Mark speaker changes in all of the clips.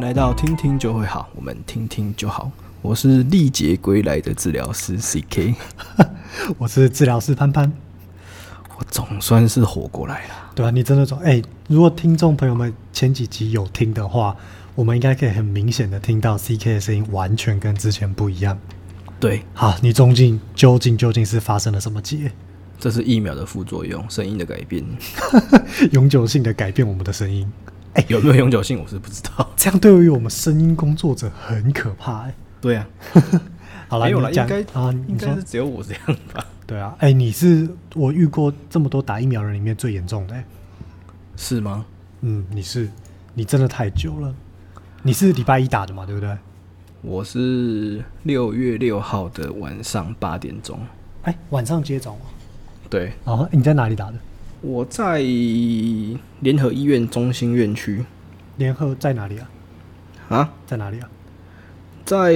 Speaker 1: 来到听听就会好，我们听听就好。我是历劫归来的治疗师 CK，
Speaker 2: 我是治疗师潘潘，
Speaker 1: 我总算是活过来了。
Speaker 2: 对啊，你真的总哎、如果听众朋友们前几集有听的话，我们应该可以很明显的听到 CK 的声音完全跟之前不一样。
Speaker 1: 对，
Speaker 2: 好，你中竟究竟究竟是发生了什么结？
Speaker 1: 这是疫苗的副作用，声音的改变
Speaker 2: 永久性的改变我们的声音，
Speaker 1: 有没有永久性，我是不知道。
Speaker 2: 这样对于我们声音工作者很可怕、哎。
Speaker 1: 对啊，
Speaker 2: 好了，
Speaker 1: 没有
Speaker 2: 你
Speaker 1: 啦，应
Speaker 2: 讲
Speaker 1: 该
Speaker 2: 啊，
Speaker 1: 应
Speaker 2: 你
Speaker 1: 该
Speaker 2: 说
Speaker 1: 是只有我这样吧？
Speaker 2: 对啊，哎、你是我遇过这么多打疫苗人里面最严重的、哎
Speaker 1: 是吗？
Speaker 2: 嗯，你是你真的太久了，你是礼拜一打的嘛，对不对？
Speaker 1: 我是六月六号的晚上八点钟，
Speaker 2: 哎、晚上接种哦。
Speaker 1: 对，
Speaker 2: 哦，你在哪里打的？
Speaker 1: 我在联合医院中心院区
Speaker 2: 联合在哪里啊？
Speaker 1: 啊，
Speaker 2: 在哪里啊？
Speaker 1: 在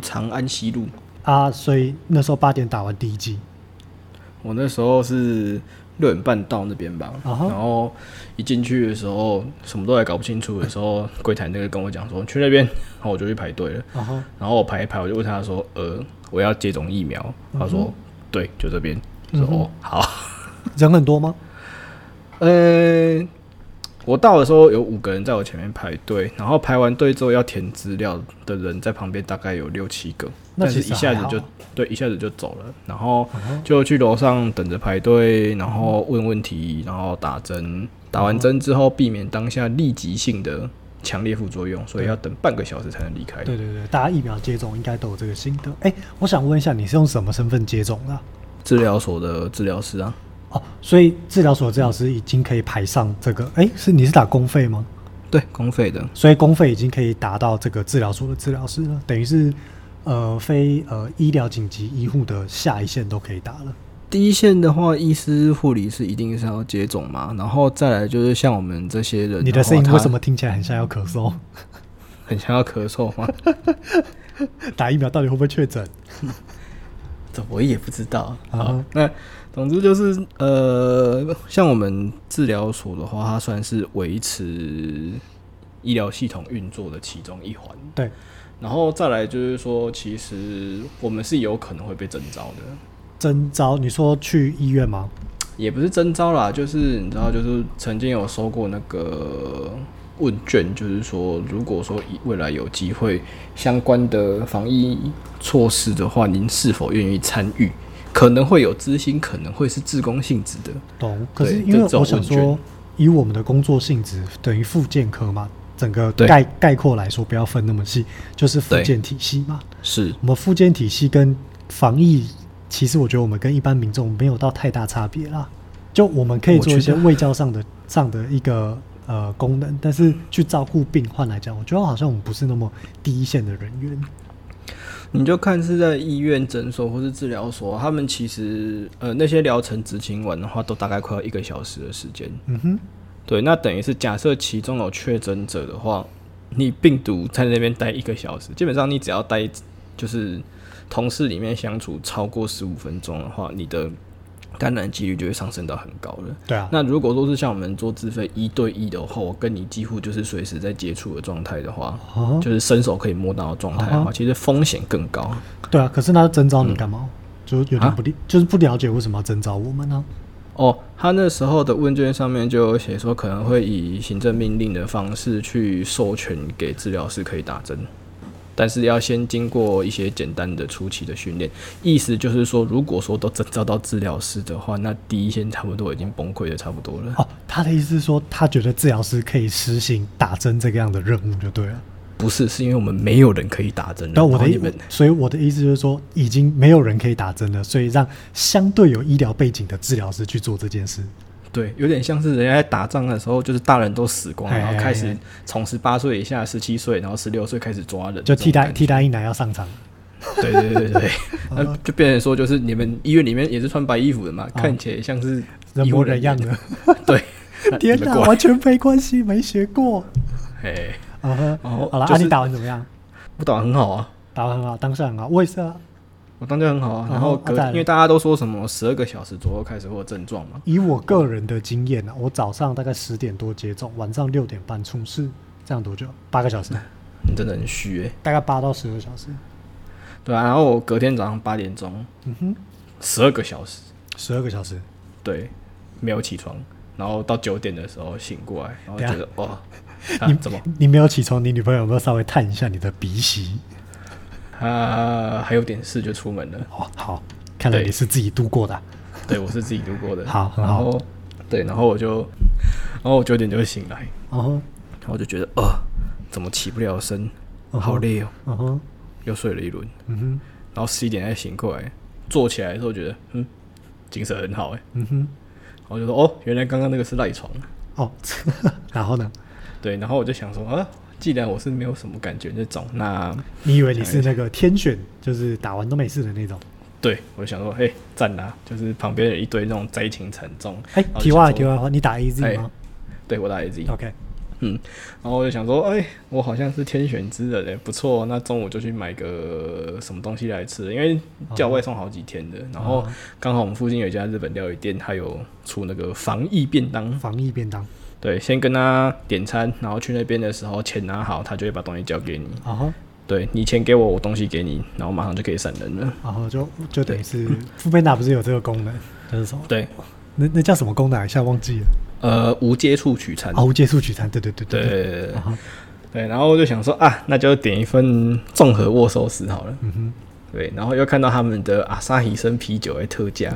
Speaker 1: 长安西路。
Speaker 2: 啊，所以那时候八点打完第一季，
Speaker 1: 我那时候是六点半到那边吧
Speaker 2: 啊哈
Speaker 1: 然后一进去的时候，什么都还搞不清楚的时候，柜台那个跟我讲说去那边，然后我就去排队了。
Speaker 2: 然后
Speaker 1: 然后我排一排，我就问他说：“呃，我要接种疫苗。他
Speaker 2: 嗯
Speaker 1: 说：“对，就这边。”我说：“哦，好。
Speaker 2: 人很多吗？”
Speaker 1: 呃，我到的时候有五个人在我前面排队，然后排完队之后要填资料的人在旁边大概有六七个，
Speaker 2: 那
Speaker 1: 但是
Speaker 2: 其
Speaker 1: 一
Speaker 2: 实
Speaker 1: 下
Speaker 2: 还
Speaker 1: 子
Speaker 2: 好嗯
Speaker 1: 就对，一下子就走了，然后
Speaker 2: 哼
Speaker 1: 就去楼上等着排队，然后问问题，然后打针。打完针之后，避免当下立即性的强烈副作用，所以要等半个小时才能离开。
Speaker 2: 对对对，大家疫苗接种应该都有这个心得。哎、我想问一下，你是用什么身份接种的啊、
Speaker 1: 治疗所的治疗师啊，
Speaker 2: 哦，所以治疗所的治疗师已经可以排上这个，哎、是你是打公费吗？
Speaker 1: 对，公费的，
Speaker 2: 所以公费已经可以达到这个治疗所的治疗师了，等于是呃非呃医疗紧急医护的下一线都可以打了。
Speaker 1: 第一线的话，医师、护理师一定是要接种嘛，然后再来就是像我们这些人，
Speaker 2: 你的声音
Speaker 1: 呃然后
Speaker 2: 为
Speaker 1: 他
Speaker 2: 什么听起来很像要咳嗽？
Speaker 1: 很像要咳嗽吗？
Speaker 2: 打疫苗到底会不会确诊？
Speaker 1: 这我也不知道。
Speaker 2: 啊
Speaker 1: 好，那总之就是呃，像我们治疗所的话，它算是维持医疗系统运作的其中一环。
Speaker 2: 对，
Speaker 1: 然后再来就是说，其实我们是有可能会被征召的，
Speaker 2: 征招，你说去医院吗？
Speaker 1: 也不是征招啦，就是你知道，就是曾经有收过那个问卷，就是说，如果说以未来有机会相关的防疫措施的话，您是否愿意参与？可能会有知心，可能会是志工性质的。
Speaker 2: 懂。可是
Speaker 1: 对
Speaker 2: 因为
Speaker 1: 这种
Speaker 2: 我想
Speaker 1: 问
Speaker 2: 说
Speaker 1: 卷，
Speaker 2: 以我们的工作性质，等于复健科嘛，整个
Speaker 1: 对
Speaker 2: 概概括来说，不要分那么细，就是复健体系嘛。
Speaker 1: 是
Speaker 2: 我们复健体系跟防疫，其实我觉得我们跟一般民众没有到太大差别啦。就我们可以
Speaker 1: 我
Speaker 2: 做
Speaker 1: 觉
Speaker 2: 一些
Speaker 1: 得
Speaker 2: 卫教上的上的一个呃功能，但是去照顾病患来讲，我觉得好像我们不是那么第一线的人员。
Speaker 1: 你就看是在医院、诊所或是治疗所，他们其实呃那些疗程执行完的话，都大概快要一个小时的时间。
Speaker 2: 嗯哼，
Speaker 1: 对，那等于是假设其中有确诊者的话，你病毒在那边待一个小时，基本上你只要待就是同事里面相处超过十五分钟的话，你的感染几率就会上升到很高了。
Speaker 2: 对啊，
Speaker 1: 那如果说是像我们做自费一对一的话，我跟你几乎就是随时在接触的状态的话，
Speaker 2: 啊，
Speaker 1: 就是伸手可以摸到的状态的
Speaker 2: 啊
Speaker 1: 话，
Speaker 2: 哈
Speaker 1: 其实风险更高。
Speaker 2: 对啊，可是那征召你干
Speaker 1: 嗯
Speaker 2: 嘛？就有点不
Speaker 1: 啊
Speaker 2: 理，就是不了解为什么要征召我们呢、啊
Speaker 1: 哦，他那时候的问卷上面就有写说，可能会以行政命令的方式去授权给治疗师可以打针，但是要先经过一些简单的初期的训练。意思就是说，如果说都征召到治疗师的话，那第一线差不多已经崩溃的差不多了。
Speaker 2: 哦，他的意思是说，他觉得治疗师可以实行打针这个样的任务就对了。
Speaker 1: 不是，是因为我们没有人可以打针了，
Speaker 2: 但我
Speaker 1: 嗯然后
Speaker 2: 的
Speaker 1: 你
Speaker 2: 意
Speaker 1: 们，
Speaker 2: 所以我的意思就是说，已经没有人可以打针了，所以让相对有医疗背景的治疗师去做这件事。
Speaker 1: 对，有点像是人家在打仗的时候，就是大人都死光，
Speaker 2: 哎
Speaker 1: 然后开
Speaker 2: 哎
Speaker 1: 始
Speaker 2: 哎
Speaker 1: 从十八岁以下、十七岁，然后十六岁开始抓人，这
Speaker 2: 就
Speaker 1: 种
Speaker 2: 替代
Speaker 1: 感觉
Speaker 2: 替代一男要上场，
Speaker 1: 对对对 对，对，那就变成说，就是你们医院里面也是穿白衣服的嘛，看起来像是
Speaker 2: 啊人
Speaker 1: 医护
Speaker 2: 模人样
Speaker 1: 员。
Speaker 2: 的。
Speaker 1: 对，
Speaker 2: 天
Speaker 1: 哪
Speaker 2: 哪，！完全没关系，没学过。
Speaker 1: 哎，
Speaker 2: 啊哈，
Speaker 1: 哦
Speaker 2: 好了，
Speaker 1: 就
Speaker 2: 啊，
Speaker 1: 是
Speaker 2: 你打完怎么样？
Speaker 1: 我打得很好啊，
Speaker 2: 打完很好，当下很好，我也是啊。
Speaker 1: 我当然很好啊。然后
Speaker 2: 哦
Speaker 1: 隔，
Speaker 2: 啊再来
Speaker 1: 因为大家都说什么十二个小时左右开始会有症状嘛，
Speaker 2: 啊以我个人的经验呢、我早上大概十点多接种，晚上六点半出事，这样多久？八个小时，
Speaker 1: 你真的很虚诶、
Speaker 2: 大概八到十二小时。
Speaker 1: 对啊，然后我隔天早上八点钟，
Speaker 2: 嗯哼，
Speaker 1: 十二个小时，
Speaker 2: 十二个小时。
Speaker 1: 对，没有起床，然后到九点的时候醒过来，然后
Speaker 2: 等 一下
Speaker 1: 觉得哇，啊
Speaker 2: 你
Speaker 1: 怎么
Speaker 2: 你没有起床，你女朋友有没有稍微探一下你的鼻息？
Speaker 1: 啊还有点事就出门了。
Speaker 2: 哦，好，看来
Speaker 1: 对
Speaker 2: 你是自己度过的啊、
Speaker 1: 对，我是自己度过的。
Speaker 2: 好很
Speaker 1: 然
Speaker 2: 好
Speaker 1: 后对，然后我就，然后我九点就会醒来，
Speaker 2: 嗯哼，
Speaker 1: 然后我就觉得，呃，怎么起不了身，
Speaker 2: 嗯哼
Speaker 1: 好累哦，
Speaker 2: 嗯哼，
Speaker 1: 又睡了一轮，
Speaker 2: 嗯哼，
Speaker 1: 然后十一点才醒过来，坐起来的时候觉得，嗯，精神很好哎，
Speaker 2: 嗯哼。
Speaker 1: 然后就说，哦，原来刚刚那个是赖床，
Speaker 2: 哦， 然后呢？
Speaker 1: 对，然后我就想说，啊，既然我是没有什么感觉那种，那
Speaker 2: 你以为你是那个天选，就是打完都没事的那种？
Speaker 1: 对我就想说，嘿，赞啦，就是旁边有一堆那种灾情惨重，
Speaker 2: 哎、
Speaker 1: 然后就
Speaker 2: 题外
Speaker 1: 哦想说
Speaker 2: 题外话，你打 AZ 吗、
Speaker 1: 对我打 A Z，
Speaker 2: o k
Speaker 1: 嗯，然后我就想说，哎、我好像是天选之人哎、不错，那中午就去买个什么东西来吃，因为叫外送好几天的，然后刚好我们附近有一家日本料理店，它有出那个防疫便当，
Speaker 2: 防疫便当。
Speaker 1: 对，先跟他点餐，然后去那边的时候钱拿好，他就会把东西交给你，
Speaker 2: 然后，
Speaker 1: 对你钱给我，我东西给你，然后马上就可以闪人了，
Speaker 2: 然后就就等于是副贝达不是有这个功能，就是什么？
Speaker 1: 对，
Speaker 2: 那那叫什么功能啊？一下忘记了。
Speaker 1: 呃，无接触取餐，
Speaker 2: 啊，无接触取餐，对对对对。
Speaker 1: 对
Speaker 2: 然后，
Speaker 1: 对，然后我就想说啊，那就点一份综合握寿司好了。
Speaker 2: 嗯哼，
Speaker 1: 对，然后又看到他们的阿萨希生啤酒哎特 价，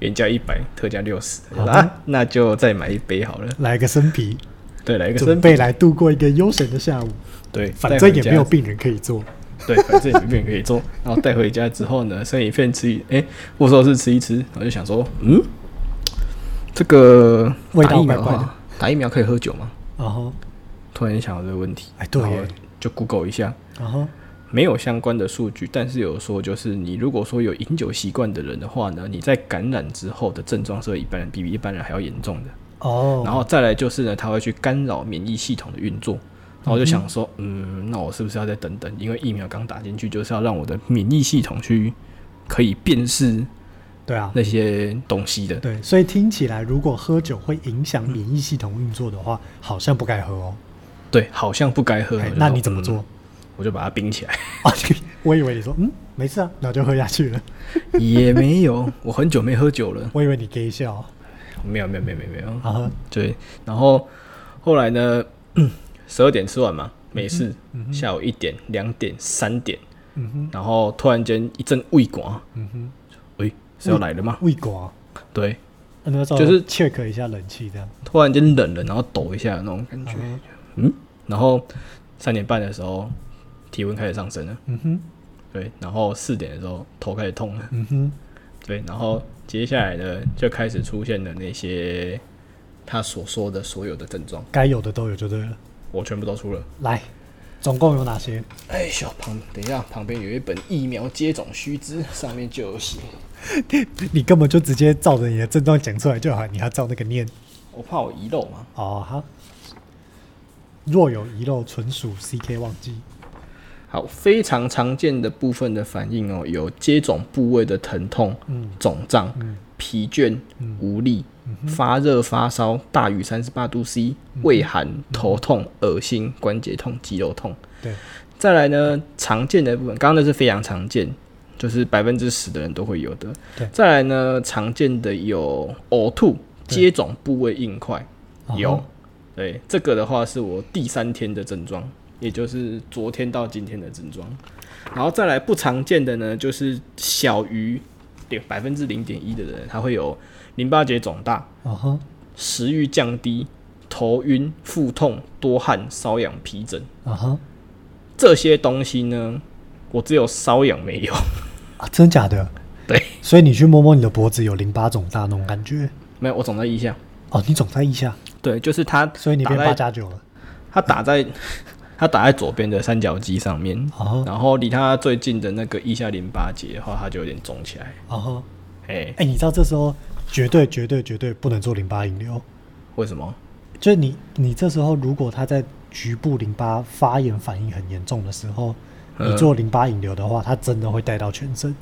Speaker 1: 原价一百，特价六十
Speaker 2: 好，的
Speaker 1: 啊，那就再买一杯好了。
Speaker 2: 来个生 啤，
Speaker 1: 对，来一个
Speaker 2: 准
Speaker 1: 生
Speaker 2: 备来度过一个悠闲的下午。
Speaker 1: 对，
Speaker 2: 反正也没有
Speaker 1: 病，
Speaker 2: 病人可以做。
Speaker 1: 对，反正也没有病可以做。然后带回家之后呢，生鱼片吃一，哎，握寿司吃一吃，我就想说，嗯，这个
Speaker 2: 味道
Speaker 1: 打疫苗的
Speaker 2: 怪怪的
Speaker 1: 话，打疫苗可以喝酒吗？
Speaker 2: 然后，
Speaker 1: 突然想到这个问题，
Speaker 2: 哎对
Speaker 1: 然后
Speaker 2: 耶啊
Speaker 1: 就 Google 一下，
Speaker 2: 然后，
Speaker 1: 没有相关的数据，但是有说就是你如果说有饮酒习惯的人的话呢，你在感染之后的症状是会一般人比一般人还要严重的。
Speaker 2: 哦，
Speaker 1: 然后再来就是呢，它会去干扰免疫系统的运作。然后我就想说，嗯，那我是不是要再等等？因为疫苗刚打进去，就是要让我的免疫系统去可以辨识
Speaker 2: 对啊，
Speaker 1: 那些东西的。
Speaker 2: 对，所以听起来，如果喝酒会影响免疫系统运作的话，好像不该喝哦。
Speaker 1: 对，好像不该喝。
Speaker 2: 哎
Speaker 1: 我就说
Speaker 2: 那你怎么？做
Speaker 1: 嗯？我就把它冰起来，
Speaker 2: 哦，你 我以为你说嗯没事啊，然后就喝下去了。
Speaker 1: 也没有，我很久没喝酒了。
Speaker 2: 我以为你 gay 笑哦
Speaker 1: 没有，没有，没有，没有，没有。
Speaker 2: 啊哈，
Speaker 1: 对，然后后来呢， 十二点吃完嘛，没事，下午一点、两点、三点，
Speaker 2: 嗯哼，
Speaker 1: 然后突然间一阵胃寒，
Speaker 2: 嗯哼，
Speaker 1: 喂、是要来了吗？
Speaker 2: 胃果啊，
Speaker 1: 对，
Speaker 2: 那个时候
Speaker 1: 就是
Speaker 2: check 一下冷气这样。
Speaker 1: 突然间冷了，然后抖一下那种感觉，
Speaker 2: 嗯
Speaker 1: 嗯，然后三点半的时候体温开始上升了，
Speaker 2: 嗯哼，
Speaker 1: 对，然后四点的时候头开始痛了，
Speaker 2: 嗯哼，
Speaker 1: 对，然后接下来呢就开始出现了那些他所说的所有的症状，
Speaker 2: 该有的都有就对了。
Speaker 1: 我全部都出了。
Speaker 2: 来，总共有哪些？
Speaker 1: 哎，小旁，等一下，旁边有一本疫苗接种须知，上面就有写。
Speaker 2: 你根本就直接照着你的症状讲出来就好，你还照那个念。
Speaker 1: 我怕我遗漏嘛。
Speaker 2: 哦哈，若有遗漏，纯属 CK 忘记。
Speaker 1: 好，非常常见的部分的反应哦，有接种部位的疼痛、
Speaker 2: 嗯
Speaker 1: 肿胀、疲倦、无力、发热、发烧大于三十八度 C、畏寒、头痛、恶心、关节痛、肌肉痛。
Speaker 2: 对，
Speaker 1: 再来呢，常见的部分，刚刚那是非常常见，就是百分之十的人都会有的
Speaker 2: 对。
Speaker 1: 再来呢，常见的有呕吐、接种部位硬块，有。对，这个的话是我第三天的症状，也就是昨天到今天的症状。然后再来不常见的呢，就是小于点百分之零点一的人，他会有淋巴结肿大、
Speaker 2: 啊哈，
Speaker 1: 食欲降低、头晕、腹痛、多汗、瘙痒、皮疹。
Speaker 2: 啊哈，
Speaker 1: 这些东西呢，我只有瘙痒没有，
Speaker 2: 啊，真假的？
Speaker 1: 对，
Speaker 2: 所以你去摸摸你的脖子，有淋巴肿大那种感觉。
Speaker 1: 没有，我肿在腋下。
Speaker 2: 哦，你肿在腋下，
Speaker 1: 对，就是它，
Speaker 2: 所以你变
Speaker 1: 打
Speaker 2: 八
Speaker 1: 在
Speaker 2: 加九了。
Speaker 1: 它打在 它打在左边的三角肌上面，
Speaker 2: 啊哈，
Speaker 1: 然后离它最近的那个腋下淋巴结的话，它就有点肿起来。
Speaker 2: 啊哈。
Speaker 1: 哎、
Speaker 2: 哎、你知道这时候绝对绝对绝对不能做淋巴引流，
Speaker 1: 为什么？
Speaker 2: 就是你你这时候如果它在局部淋巴发炎反应很严重的时候，你
Speaker 1: 嗯
Speaker 2: 做淋巴引流的话，它真的会带到全身，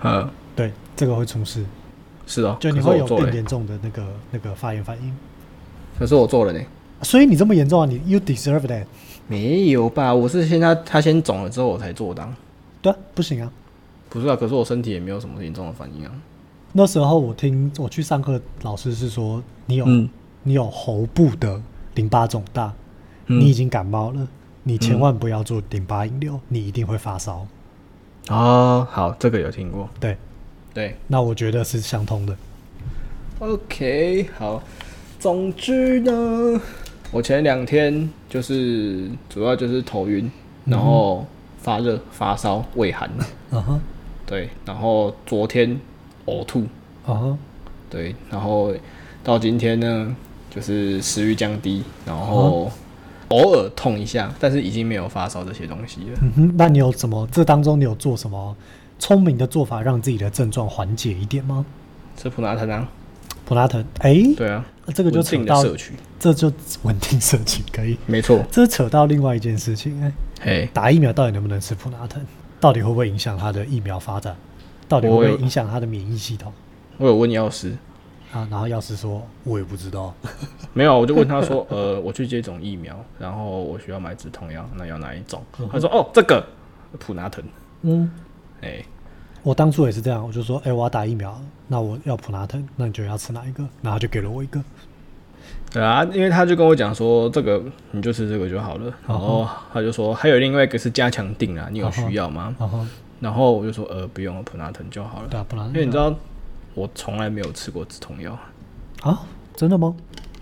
Speaker 1: 呃，
Speaker 2: 对，这个会出事，
Speaker 1: 是哦，
Speaker 2: 哎就你
Speaker 1: 可是
Speaker 2: 会
Speaker 1: 我
Speaker 2: 有
Speaker 1: 做了
Speaker 2: 更
Speaker 1: 欸，
Speaker 2: 严重的那个那个发炎反应。
Speaker 1: 可是我做了呢。
Speaker 2: 啊、所以你这么严重啊，你 you deserve that，
Speaker 1: 没有吧？我是先他他先肿了之后我才做的啊、
Speaker 2: 对啊，不行啊。
Speaker 1: 不是啊？可是我身体也没有什么严重的反应啊。
Speaker 2: 那时候我听我去上课，老师是说你有、
Speaker 1: 嗯
Speaker 2: 你有喉部的淋巴肿大，
Speaker 1: 嗯
Speaker 2: 你已经感冒了，你千万不要做淋巴引流，你一定会发烧。
Speaker 1: 哦，好，这个有听过。
Speaker 2: 对，
Speaker 1: 对
Speaker 2: 那我觉得是相通的。
Speaker 1: ，OK，好。总之呢，我前两天就是主要就是头晕，然后发热、发烧、畏 寒，
Speaker 2: 嗯哼，
Speaker 1: 对，然后昨天呕吐，
Speaker 2: 嗯哼，
Speaker 1: 对，然后到今天呢，就是食欲降低，然后
Speaker 2: 啊
Speaker 1: 偶尔痛一下，但是已经没有发烧这些东西了。
Speaker 2: 嗯哼。那你有怎么这当中你有做什么聪明的做法，让自己的症状缓解一点吗？
Speaker 1: 吃普拿疼啊，
Speaker 2: 普拉腾，哎、
Speaker 1: 对啊，
Speaker 2: 这个就
Speaker 1: 稳
Speaker 2: 扯
Speaker 1: 定的
Speaker 2: 到，
Speaker 1: 摄取，
Speaker 2: 这就稳定社区可以。
Speaker 1: 没错，
Speaker 2: 这扯到另外一件事情、哎，
Speaker 1: 嘿，
Speaker 2: 打疫苗到底能不能吃普拿疼？到底会不会影响他的疫苗发展？到底会不
Speaker 1: 我
Speaker 2: 会
Speaker 1: 有
Speaker 2: 影响他的免疫系统？
Speaker 1: 我有问药师，
Speaker 2: 啊，然后药师说，我也不知道。
Speaker 1: 没有，我就问他说， 呃，我去接种疫苗，然后我需要买止痛药，那要哪一种？他说，哦，这个普拿疼，
Speaker 2: 嗯，
Speaker 1: 哎，
Speaker 2: 我当初也是这样，我就说，哎、我要打疫苗，那我要普拿疼，那你觉得要吃哪一个？然后就给了我一个。
Speaker 1: 对啊，因为他就跟我讲说，这个你就吃这个就好了，
Speaker 2: 嗯
Speaker 1: 然后他就说还有另外一个是加强定啊，你有需要吗？
Speaker 2: 然后
Speaker 1: 然后我就说，呃，不用，普拿疼就好了。
Speaker 2: 嗯对啊，普拿
Speaker 1: 因为你
Speaker 2: 疼
Speaker 1: 知道，我从来没有吃过止痛药，
Speaker 2: 啊，真的吗？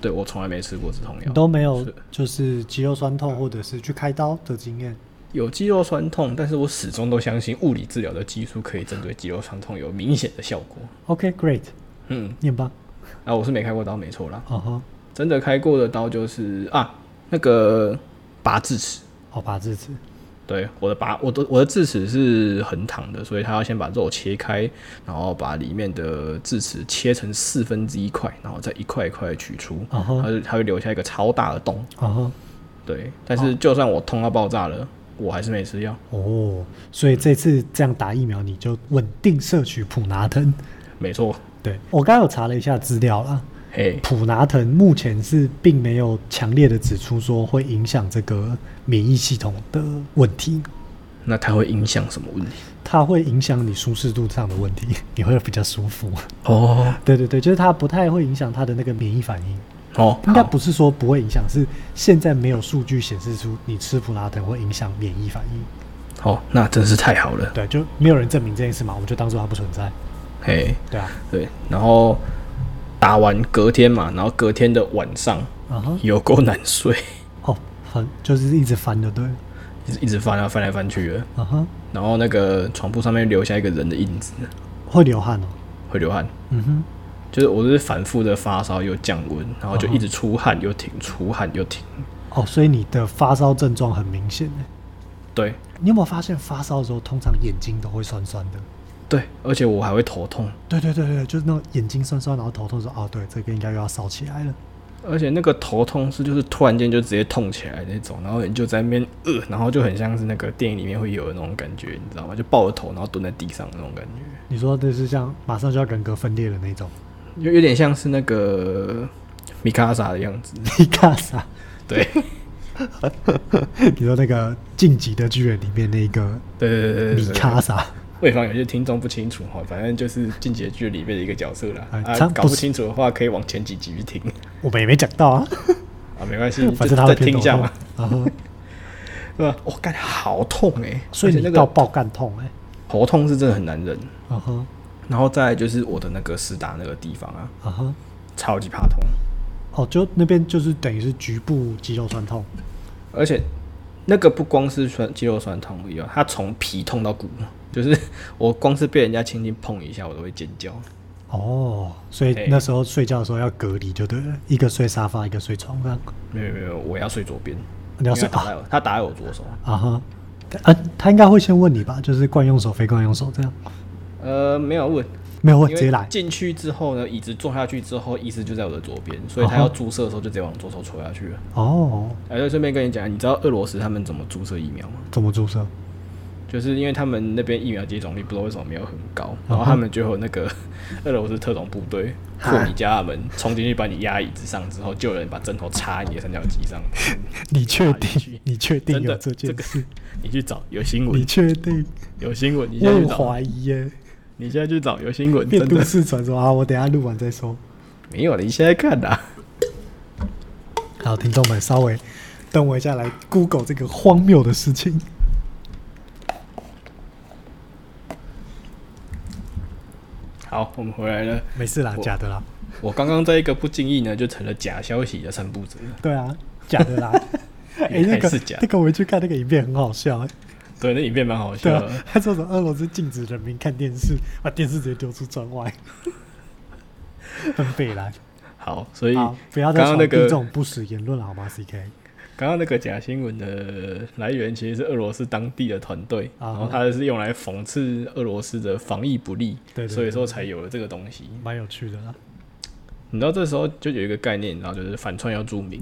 Speaker 1: 对我从来没吃过止痛
Speaker 2: 你
Speaker 1: 药。
Speaker 2: 都没有
Speaker 1: 是
Speaker 2: 就是肌肉酸痛或者是去开刀的经验？
Speaker 1: 有肌肉酸痛，但是我始终都相信物理治疗的技术可以针对肌肉酸痛有明显的效果。
Speaker 2: OK，great，、
Speaker 1: 嗯，
Speaker 2: 念吧。
Speaker 1: 啊，我是没开过刀，没错啦。
Speaker 2: 啊哈，
Speaker 1: 真的开过的刀就是啊，那个拔智齿。
Speaker 2: 好拔智齿。
Speaker 1: 对，我的拔，我的我的智齿是横躺的，所以他要先把肉切开，然后把里面的智齿切成四分之一块，然后再一块一块地取出，
Speaker 2: 啊哈
Speaker 1: 它，就它会留下一个超大的洞。
Speaker 2: 啊哈，
Speaker 1: 对，但是就算我痛到爆炸了，我还是没吃药。
Speaker 2: 哦，所以这次这样打疫苗，你就稳定摄取普拿疼。
Speaker 1: 没错，
Speaker 2: 对我刚刚有查了一下资料啦，
Speaker 1: 嘿，
Speaker 2: 普拿疼目前是并没有强烈的指出说会影响这个免疫系统的问题，
Speaker 1: 那它会影响什么问题？
Speaker 2: 它会影响你舒适度上的问题， 你会比较舒服。
Speaker 1: 哦
Speaker 2: 对对对，就是它不太会影响它的那个免疫反应，
Speaker 1: 哦，
Speaker 2: 应该
Speaker 1: 好
Speaker 2: 不是说不会影响，是现在没有数据显示出你吃普拿疼会影响免疫反应。
Speaker 1: 哦，那真是太好了，
Speaker 2: 对，就没有人证明这件事嘛，我就当做它不存在。
Speaker 1: 嘿，
Speaker 2: 对啊，
Speaker 1: 对，然后打完隔天嘛，然后隔天的晚上
Speaker 2: 啊哈，
Speaker 1: 有够难睡，
Speaker 2: 哦，很就是一直翻的，对了，
Speaker 1: 一直一直翻啊翻来翻去的，
Speaker 2: 啊哈，
Speaker 1: 然后那个床铺上面留下一个人的印子，
Speaker 2: 会流汗哦，
Speaker 1: 会流汗，
Speaker 2: 嗯哼。
Speaker 1: 就是我是反复的发烧又降温，然后就一直出汗又停，出汗又停，
Speaker 2: 哦，所以你的发烧症状很明显耶
Speaker 1: 对
Speaker 2: 你有没有发现发烧的时候，通常眼睛都会酸酸的？
Speaker 1: 对，而且我还会头痛。
Speaker 2: 对对对对，就是那种眼睛酸酸，然后头痛说哦，对，这个应该又要烧起来了。
Speaker 1: 而且那个头痛是就是突然间就直接痛起来那种，然后你就在那边呃，然后就很像是那个电影里面会有的那种感觉，你知道吗？就抱着头然后蹲在地上那种感觉，
Speaker 2: 你说这是像马上就要人格分裂的那种？
Speaker 1: 有有点像是那个米卡莎的样 子。
Speaker 2: 你啊干啥？
Speaker 1: 对，
Speaker 2: 你说那个《晋级的巨人》里面那个
Speaker 1: 对对对对对
Speaker 2: 米
Speaker 1: 对。
Speaker 2: 卡萨？
Speaker 1: 为防有些听众不清楚哈，反正就是《进击的巨人》里面的一个角色啦。
Speaker 2: 哎
Speaker 1: 啊
Speaker 2: 他，
Speaker 1: 搞不
Speaker 2: 不是
Speaker 1: 清楚的话可以往前几集去听
Speaker 2: 我们也没讲到 啊，
Speaker 1: 啊，没关系，
Speaker 2: 反
Speaker 1: 就
Speaker 2: 正他
Speaker 1: 再
Speaker 2: 会偏
Speaker 1: 听一
Speaker 2: 头
Speaker 1: 下
Speaker 2: 痛
Speaker 1: 嘛。。
Speaker 2: 然后，
Speaker 1: 对吧？我、感觉好痛哎、
Speaker 2: 所以
Speaker 1: 而且
Speaker 2: 你
Speaker 1: 那
Speaker 2: 到
Speaker 1: 个
Speaker 2: 爆干痛哎、
Speaker 1: 头痛是真的很难忍。
Speaker 2: 啊哈
Speaker 1: 然后再来就是我的那个湿打那个地方啊，
Speaker 2: 啊哈，
Speaker 1: 超级怕痛。
Speaker 2: 哦，就那边就是等于是局部肌肉酸痛。
Speaker 1: 而且那个不光是酸肌肉酸痛而已哦，它从皮痛到骨，就是我光是被人家轻轻碰一下，我都会尖叫。
Speaker 2: 哦，所以
Speaker 1: 对
Speaker 2: 那时候睡觉的时候要隔离，就对了，一个睡沙发，一个睡床上。
Speaker 1: 没有没有没有，我要睡左边，
Speaker 2: 你要
Speaker 1: 因
Speaker 2: 睡
Speaker 1: 为他打在我，他打在我左手。
Speaker 2: 啊哈，啊，他应该会先问你吧，就是惯用手非惯用手这样，
Speaker 1: 呃，没有问，
Speaker 2: 没有问
Speaker 1: 因
Speaker 2: 直接
Speaker 1: 为
Speaker 2: 来。
Speaker 1: 进去之后呢，椅子坐下去之后，意思就在我的左边，所以
Speaker 2: 哦
Speaker 1: 他要注射的时候就直接往左手戳下去了。
Speaker 2: 哦，
Speaker 1: 哎、就顺便跟你讲，你知道俄罗斯他们怎么注射疫苗吗？
Speaker 2: 怎么注射？
Speaker 1: 就是因为他们那边疫苗接种率不知道为什么没有很高，
Speaker 2: 哦
Speaker 1: 然后他们就有那个 俄罗斯特种部队破你家的门，冲进去把你压椅子上之后，就有人把针头插你的三角肌上。
Speaker 2: 你确
Speaker 1: 哪里去
Speaker 2: 定？你确定
Speaker 1: 真
Speaker 2: 有
Speaker 1: 的，
Speaker 2: 这件
Speaker 1: 个
Speaker 2: 事？
Speaker 1: 你去找有新
Speaker 2: 你
Speaker 1: 闻，
Speaker 2: 确定？
Speaker 1: 有新闻，你
Speaker 2: 我
Speaker 1: 现在去
Speaker 2: 很
Speaker 1: 找，
Speaker 2: 怀疑耶、
Speaker 1: 你现在去找有新闻，
Speaker 2: 变
Speaker 1: 真
Speaker 2: 都
Speaker 1: 的
Speaker 2: 市传说啊！我等一下录完再说。
Speaker 1: 没有了，你现在看的、
Speaker 2: 啊好，听众们稍微等我一下，来 Google 这个荒谬的事情。
Speaker 1: 好，我们回来了。
Speaker 2: 没事啦，
Speaker 1: 我
Speaker 2: 假的啦，
Speaker 1: 我刚刚在一个不经意呢，就成了假消息的散布者了。
Speaker 2: 对啊，假的 啦。哎、
Speaker 1: 也
Speaker 2: 那
Speaker 1: 还
Speaker 2: 个
Speaker 1: 是假的
Speaker 2: 那个，我回去看那个影片很好笑、哎
Speaker 1: 对，那影片蛮好笑
Speaker 2: 对啊
Speaker 1: 的。，
Speaker 2: 他说什么俄罗斯禁止人民看电视，把电视直接丢出窗外， 很北蓝。
Speaker 1: 好，所以
Speaker 2: 好，不要再
Speaker 1: 刚刚
Speaker 2: 传
Speaker 1: 那
Speaker 2: 递
Speaker 1: 个
Speaker 2: 这种不实言论了好吗？CK，
Speaker 1: 刚刚那个假新闻的来源其实是俄罗斯当地的团队，
Speaker 2: 啊
Speaker 1: 然后它是用来讽刺俄罗斯的防疫不力，
Speaker 2: 对对
Speaker 1: 所以
Speaker 2: 对
Speaker 1: 说才有了这个东西。
Speaker 2: 蛮有趣的啦。
Speaker 1: 你知道这时候就有一个概念，然后就是反串要 注明，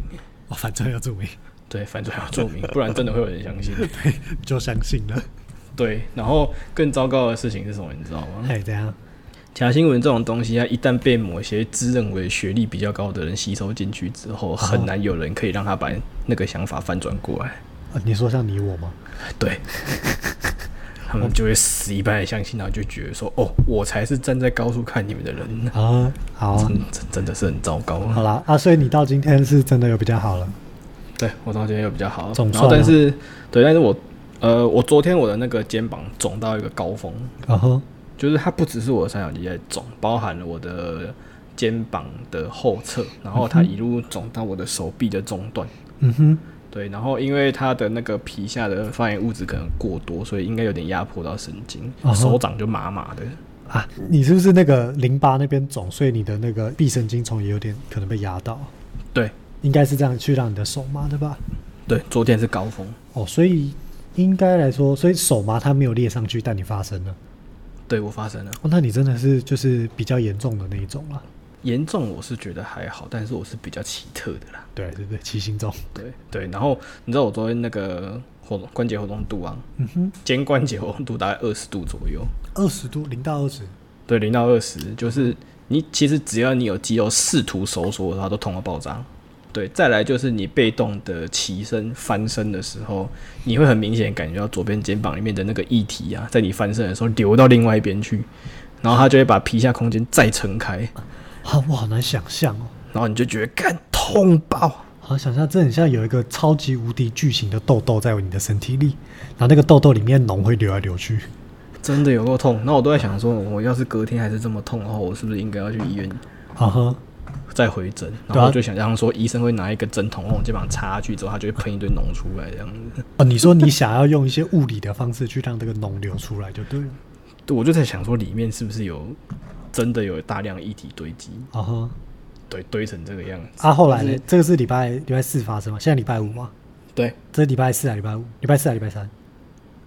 Speaker 2: 哦，反正要注明，
Speaker 1: 对，反串要注明，不然真的会有人相信。
Speaker 2: 就相信了。
Speaker 1: 对，然后更糟糕的事情是什么，你知道吗？
Speaker 2: 哎，怎样？
Speaker 1: 假新闻这种东西，啊它一旦被某些自认为学历比较高的人吸收进去之后，很难有人可以让他把那个想法翻转过来。
Speaker 2: 呃你说像你我吗？
Speaker 1: 对， 他们就会死一般的相信，然后就觉得说，哦，我才是站在高处看你们的人，
Speaker 2: 啊，好啊
Speaker 1: 真，真真的是很糟糕。
Speaker 2: 好啦啊，所以你到今天是真的有比较好了。
Speaker 1: 对我到今天又比较好，
Speaker 2: 总
Speaker 1: 然后
Speaker 2: 算
Speaker 1: 但
Speaker 2: 啊
Speaker 1: 是对，但是我呃，我昨天我的那个肩膀肿到一个高峰，
Speaker 2: 然后
Speaker 1: 就是它不只是我的三角肌在肿，包含了我的肩膀的后侧，然后它一路肿到我的手臂的中段。
Speaker 2: 嗯哼，
Speaker 1: 对，然后因为它的那个皮下的发炎物质可能过多，所以应该有点压迫到神经
Speaker 2: 啊哈
Speaker 1: 手掌就麻麻的。
Speaker 2: 啊，你是不是那个淋巴那边肿，所以你的那个臂神经丛也有点可能被压到？
Speaker 1: 对
Speaker 2: 应该是这样去让你的手麻的吧？
Speaker 1: 对，昨天是高峰，
Speaker 2: 哦，所以应该来说，所以手麻它没有列上去，但你发生了。
Speaker 1: 对我发生了
Speaker 2: 哦，那你真的是就是比较严重的那一种了。
Speaker 1: 严重，我是觉得还好，但是我是比较奇特的啦。
Speaker 2: 对对对，七星重。
Speaker 1: 对对，然后你知道我昨天那个活动关节活动度啊，
Speaker 2: 嗯哼，
Speaker 1: 肩关节活动度大概二十度左右，
Speaker 2: 二十度，零到二十。
Speaker 1: 对，零到二十，就是你其实只要你有肌肉试图收缩，它都痛到爆炸。对，再来就是你被动的起身、翻身的时候，你会很明显感觉到左边肩膀里面的那个液体啊，在你翻身的时候流到另外一边去，然后它就会把皮下空间再撑开，
Speaker 2: 啊，我好难想象哦，
Speaker 1: 然后你就觉得干痛爆。
Speaker 2: 好想象，这很像有一个超级无敌巨型的痘痘在你的身体里，然后那个痘痘里面脓会流来流去。
Speaker 1: 真的有够痛，那我都在想说，我要是隔天还是这么痛的话，我是不是应该要去医院
Speaker 2: 啊哈，
Speaker 1: 再回诊？然
Speaker 2: 对
Speaker 1: 后
Speaker 2: 啊
Speaker 1: 我就想象说，医生会拿一个针筒往我肩膀插下去之后，他就会喷一堆脓出来这样子。
Speaker 2: 哦，你说你想要用一些物理的方式去让这个脓流出来就对了。
Speaker 1: 对，我就在想说里面是不是有真的有大量液体堆积，
Speaker 2: 啊哈，
Speaker 1: 对，堆成这个样子。
Speaker 2: 啊，后来
Speaker 1: 就
Speaker 2: 呢
Speaker 1: 是？
Speaker 2: 这个是礼拜礼拜四发生吗？现在礼拜五吗？
Speaker 1: 对，
Speaker 2: 这是礼拜四啊，礼拜五，礼拜四啊，礼拜三。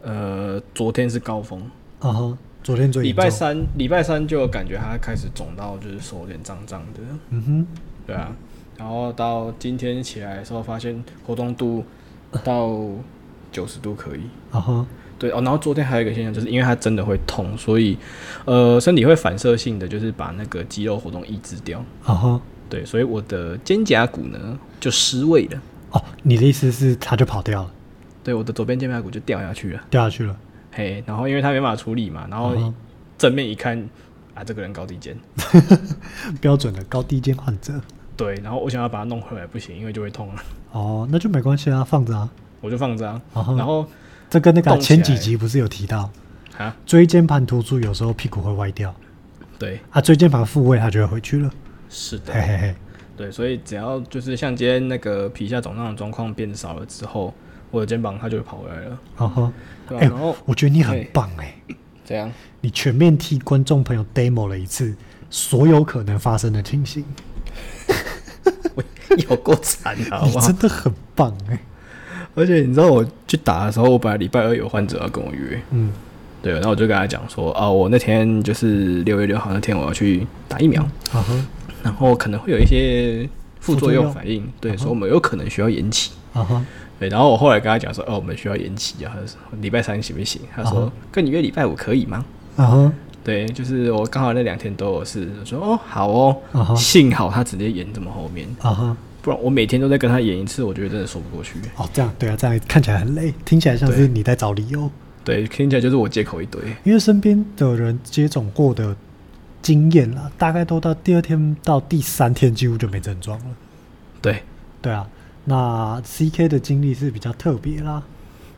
Speaker 1: 呃，昨天是高峰，
Speaker 2: 啊哈，昨天最
Speaker 1: 礼
Speaker 2: 严重
Speaker 1: 拜。三，礼拜三就有感觉它开始肿到就是手有点胀胀的，
Speaker 2: 嗯哼，
Speaker 1: 对啊。然后到今天起来的时候，发现活动度到九十度可以。
Speaker 2: 啊哈，
Speaker 1: 对哦，然后昨天还有一个现象，就是因为它真的会痛，所以呃，身体会反射性的就是把那个肌肉活动抑制掉。
Speaker 2: 啊哈。
Speaker 1: 对，所以我的肩胛骨呢就失位了。
Speaker 2: 哦，你的意思是他就跑掉了，
Speaker 1: 对，我的左边肩胛骨就掉下去了，
Speaker 2: 掉下去了。
Speaker 1: 嘿，然后因为他没办法处理嘛，然后
Speaker 2: 嗯
Speaker 1: 正面一看，啊，这个人高低肩，
Speaker 2: 标准的高低肩患者。
Speaker 1: 对，然后我想要把它弄回来不行，因为就会痛了，
Speaker 2: 哦，那就没关系啊，放着啊。
Speaker 1: 我就放着啊，
Speaker 2: 然后
Speaker 1: 然后
Speaker 2: 这跟那个啊
Speaker 1: 动起来
Speaker 2: 前几集不是有提到，
Speaker 1: 啊，
Speaker 2: 椎间盘突出有时候屁股会歪掉
Speaker 1: 对，
Speaker 2: 啊，椎间盘复位它就会回去了。
Speaker 1: 是的
Speaker 2: 嘿，嘿嘿，
Speaker 1: 对，所以只要就是像今天那个皮下肿胀的状况变少了之后，我的肩膀它就跑回来了，
Speaker 2: 然后，
Speaker 1: 对吧、
Speaker 2: 哎
Speaker 1: 然后，
Speaker 2: 我觉得你很
Speaker 1: 对
Speaker 2: 棒哎、
Speaker 1: 怎样？
Speaker 2: 你全面替观众朋友 demo 了一次所有可能发生的情形，
Speaker 1: 我 有够惨的，好
Speaker 2: 你
Speaker 1: 不 好
Speaker 2: 真？的很棒哎、
Speaker 1: 而且你知道我去打的时候，我本来礼拜二有患者要跟我约，
Speaker 2: 嗯，
Speaker 1: 对，然后我就跟他讲说，啊，我那天就是六月六号那天我要去打疫苗，
Speaker 2: 啊哈，
Speaker 1: 然后可能会有一些副作用反应，对，
Speaker 2: 嗯哼
Speaker 1: 所以我们有可能需要延期。
Speaker 2: 啊哈，
Speaker 1: 对，然后我后来跟他讲说，哦，我们需要延期啊，他说礼拜三行不行？他说、
Speaker 2: 啊
Speaker 1: 跟你约礼拜五可以吗？
Speaker 2: 啊哈，
Speaker 1: 对，就是我刚好那两天都有事，我说哦好哦，
Speaker 2: 啊哈
Speaker 1: 幸好他直接延这么后面，
Speaker 2: 啊哈，
Speaker 1: 不然我每天都在跟他演一次，我觉得真的说不过去。
Speaker 2: 哦，这样对啊，这样看起来很累，听起来像是
Speaker 1: 对
Speaker 2: 你在找理由。
Speaker 1: 对，听起来就是我借口一堆。
Speaker 2: 因为身边的人接种过的经验啦，大概都到第二天到第三天几乎就没症状了。
Speaker 1: 对
Speaker 2: 对啊，那 CK 的经历是比较特别啦，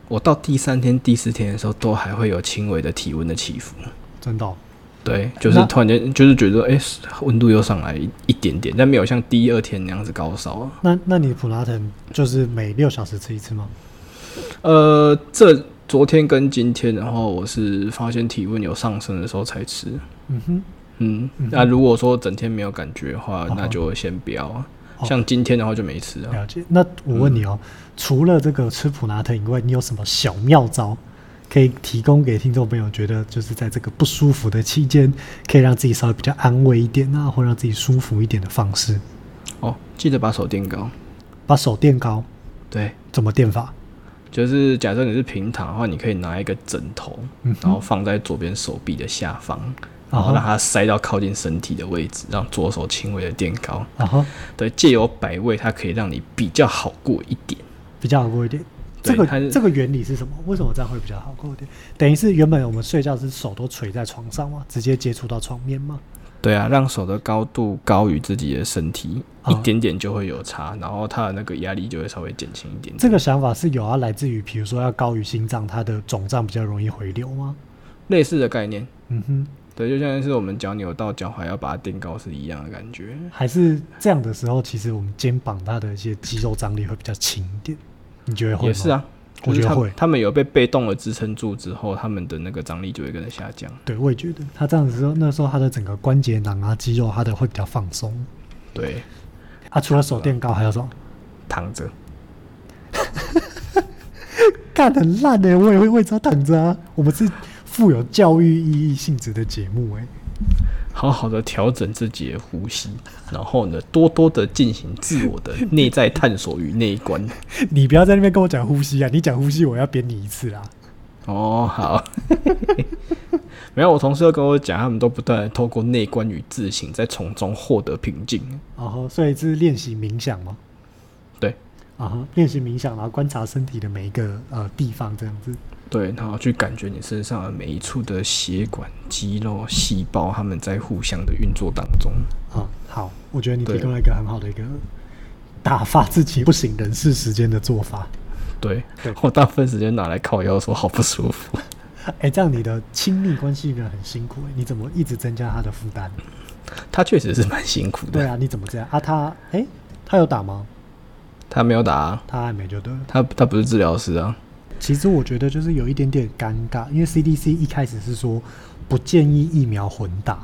Speaker 1: 我到第三天、第四天的时候，都还会有轻微的体温的起伏。
Speaker 2: 真的哦、
Speaker 1: 对，就是
Speaker 2: 那
Speaker 1: 突然间就是觉得，哎、温度又上来一一点点，但没有像第一二天那样子高烧啊。
Speaker 2: 那那你普拉腾就是每六小时吃一次吗？
Speaker 1: 呃，这昨天跟今天，然后我是发现体温有上升的时候才吃。
Speaker 2: 嗯哼，
Speaker 1: 嗯
Speaker 2: 嗯，
Speaker 1: 那如果说整天没有感觉的话
Speaker 2: 哦，
Speaker 1: 那就先不要啊。
Speaker 2: 哦
Speaker 1: 像今天的话就没吃啊。
Speaker 2: 了解。那我问你哦，除了这个吃普拉腾以外，你有什么小妙招可以提供给听众朋友？觉得就是在这个不舒服的期间，可以让自己稍微比较安慰一点啊，或让自己舒服一点的方式。
Speaker 1: 哦，记得把手垫高。
Speaker 2: 把手垫高，
Speaker 1: 对，
Speaker 2: 怎么垫法？
Speaker 1: 就是假设你是平躺的话，你可以拿一个枕头，
Speaker 2: 嗯
Speaker 1: 然后放在左边手臂的下方，然
Speaker 2: 啊哈
Speaker 1: 后让它塞到靠近身体的位置，让左手轻微的垫高。
Speaker 2: 然后
Speaker 1: 对，借由摆位，它可以让你比较好过一点。
Speaker 2: 比较好过一点。这
Speaker 1: 对
Speaker 2: 个
Speaker 1: 它是
Speaker 2: 这个原理是什么？为什么这样会比较好过一点？等于是原本我们睡觉是手都垂在床上嘛，直接接触到床面嘛。
Speaker 1: 对啊，让手的高度高于自己的身体、
Speaker 2: 啊
Speaker 1: 一点点就会有差，然后它的那个压力就会稍微减轻一点点。
Speaker 2: 这个想法是有啊，来自于比如说要高于心脏，它的肿胀比较容易回流吗？
Speaker 1: 类似的概念，
Speaker 2: 嗯哼，
Speaker 1: 对，就像是我们脚扭到脚踝要把它垫高是一样的感觉。
Speaker 2: 还是这样的时候，其实我们肩膀它的一些肌肉张力会比较轻一点，你觉得会吗？
Speaker 1: 也是，啊，
Speaker 2: 我
Speaker 1: 就是
Speaker 2: 觉得
Speaker 1: 他们
Speaker 2: 会
Speaker 1: 他们有被被动的支撑住之后，他们的那个张力就会跟着下降。
Speaker 2: 对，我也觉得它这样子时候，那时候它的整个关节囊啊、肌肉它的会比较放松
Speaker 1: 对，
Speaker 2: 啊。除了手垫高，还有什么？
Speaker 1: 躺着，
Speaker 2: 干得很烂呢、欸我也会为他躺着啊。我们是富有教育意义性质的节目哎、
Speaker 1: 好好的调整自己的呼吸，然后呢，多多的进行自我的内在探索与内观。
Speaker 2: 你不要在那边跟我讲呼吸啊！你讲呼吸，我要扁你一次啦。
Speaker 1: 哦，好。 没有，我同事都跟我讲，他们都不断的透过内观与自省，在从中获得平静。
Speaker 2: 然后，Uh-huh，所以这是练习冥想吗？
Speaker 1: 对，
Speaker 2: 啊哈，练习冥想，然后观察身体的每一个呃地方，这样子。
Speaker 1: 对，然后去感觉你身上的每一处的血管、肌肉、细胞，他们在互相的运作当中。
Speaker 2: 啊，好，我觉得你提
Speaker 1: 对
Speaker 2: 供了一个很好的一个打发自己不省人事时间的做法。
Speaker 1: 对
Speaker 2: 对，
Speaker 1: 我大部分时间拿来靠腰，说好不舒服。
Speaker 2: 哎，这样你的亲密关系呢很辛苦哎、你怎么一直增加他的负担？
Speaker 1: 他确实是蛮辛苦
Speaker 2: 对
Speaker 1: 的，
Speaker 2: 啊，你怎么这样啊？他哎、他有打吗？
Speaker 1: 他没有打啊、
Speaker 2: 他还没就对了。
Speaker 1: 他他不是治疗师啊。
Speaker 2: 其实我觉得就是有一点点尴尬，因为 CDC 一开始是说不建议疫苗混打，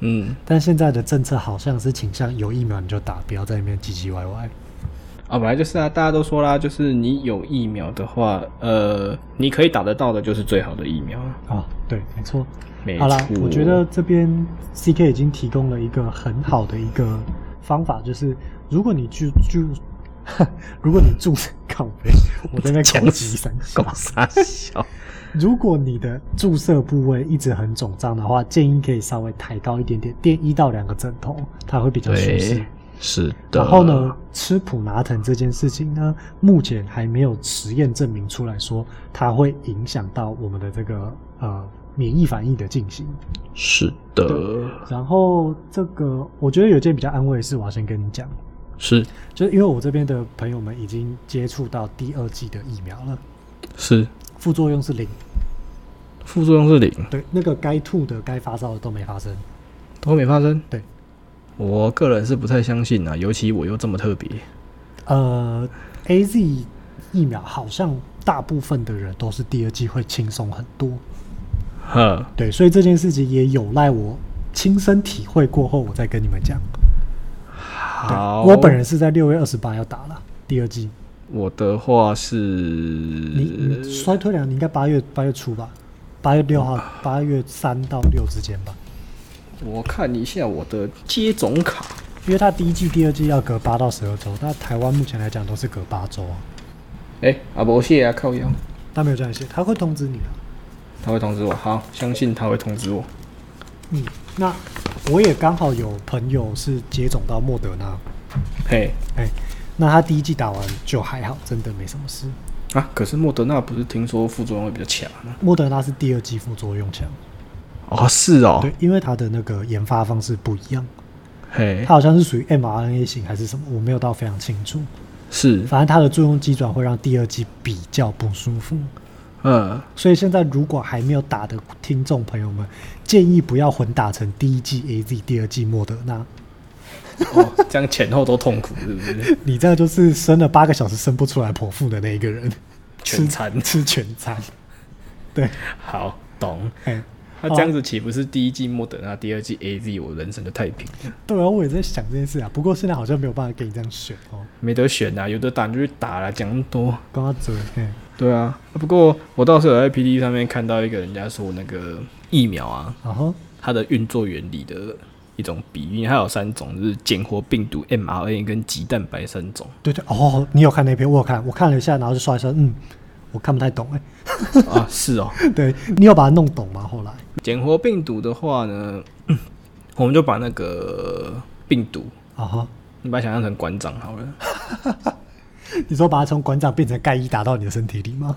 Speaker 1: 嗯，
Speaker 2: 但现在的政策好像是倾向有疫苗你就打，不要在那边唧唧歪歪。
Speaker 1: 啊，本来就是啊，大家都说啦，就是你有疫苗的话，呃，你可以打得到的就是最好的疫苗啊。
Speaker 2: 啊，对，没错。
Speaker 1: 没
Speaker 2: 好啦，
Speaker 1: 错
Speaker 2: 我 觉得这边 CK 已经提供了一个很好的一个方法，就是如果你住住， 如果你住靠北，我在那 边
Speaker 1: 讲
Speaker 2: 口急三
Speaker 1: 狗
Speaker 2: 小。
Speaker 1: 傻 笑。
Speaker 2: 如果你的注射部位一直很肿胀的话，建议可以稍微抬高一点点，垫一到两个枕头，它会比较舒适
Speaker 1: 对。，是的。
Speaker 2: 然后呢，？吃普拿疼这件事情呢，目前还没有实验证明出来说它会影响到我们的这个呃免疫反应的进行。
Speaker 1: 是的，
Speaker 2: 然后这个我觉得有件比较安慰的事，我要先跟你讲，
Speaker 1: 是
Speaker 2: 就是因为我这边的朋友们已经接触到第二季的疫苗了，
Speaker 1: 是，
Speaker 2: 副作用是零，
Speaker 1: 副作用是零，
Speaker 2: 对，那个该吐的、该发烧的都没发生。
Speaker 1: 都没发生。
Speaker 2: 对，
Speaker 1: 我个人是不太相信啊，尤其我又这么特别。
Speaker 2: 呃，A Z 疫苗好像大部分的人都是第二季会轻松很多，
Speaker 1: 呵，
Speaker 2: 对，所以这件事情也有赖我亲身体会过后，我再跟你们讲。对
Speaker 1: 好，
Speaker 2: 我本人是在六月二十八要打了第二季，
Speaker 1: 我的话是，
Speaker 2: 你你衰退量你应该八月八月初吧，八月六号、八月三到六之间吧，
Speaker 1: 我看一下我的接种卡。
Speaker 2: 因为它第一季、第二季要隔八到十二周，那台湾目前来讲都是隔八周啊。
Speaker 1: 哎、啊，不谢啊，靠腰，
Speaker 2: 他没有这样写，他会通知你的、
Speaker 1: 他会通知我。好，相信他会通知我。
Speaker 2: 嗯，那我也刚好有朋友是接种到莫德纳，哎
Speaker 1: 嘿，
Speaker 2: 那他第一剂打完就还好，真的没什么事。
Speaker 1: 啊，可是莫德纳不是听说副作用会比较强吗？
Speaker 2: 莫德纳是第二剂副作用强，
Speaker 1: 哦，是哦，
Speaker 2: 对，因为它的那个研发方式不一样，
Speaker 1: 嘿
Speaker 2: 它，好像是属于 mRNA 型还是什么，我没有到非常清楚。
Speaker 1: 是，
Speaker 2: 反正它的作用机转会让第二剂比较不舒服，
Speaker 1: 嗯，
Speaker 2: 所以现在如果还没有打的听众朋友们，建议不要混打成第一剂 A Z，第二剂莫德纳，
Speaker 1: 哦，这样前后都痛苦，是不是？
Speaker 2: 你这样就是生了八个小时生不出来剖腹的那一个人，
Speaker 1: 全残
Speaker 2: 吃全餐。 对，
Speaker 1: 好，懂。
Speaker 2: 哎，
Speaker 1: 那这样子岂不是第一季莫德纳，第二季 A Z，我人生的太平了？
Speaker 2: 对啊，我也在想这件事啊，不过现在好像没有办法给你这样选哦，
Speaker 1: 没得选啊，有的打你就去打了，讲那么多。
Speaker 2: 刚刚嘴，嘿
Speaker 1: 对啊，不过我到时候有在 PPT 上面看到一个人家说那个疫苗啊，
Speaker 2: 然后
Speaker 1: 它的运作原理的一种比喻，它有三种，就是减活病毒、mRNA 跟棘蛋白三 种。
Speaker 2: 对对哦，你有看那篇？我有看，我看了一下，然后就刷一刷，嗯，我看不太懂哎、
Speaker 1: 啊，是哦。
Speaker 2: 对你有把它弄懂吗？后来
Speaker 1: 减活病毒的话呢， 我们就把那个病毒，
Speaker 2: 啊哈，
Speaker 1: 你把它想象成馆长好了。
Speaker 2: 你说把它从馆长变成盖伊打到你的身体里吗？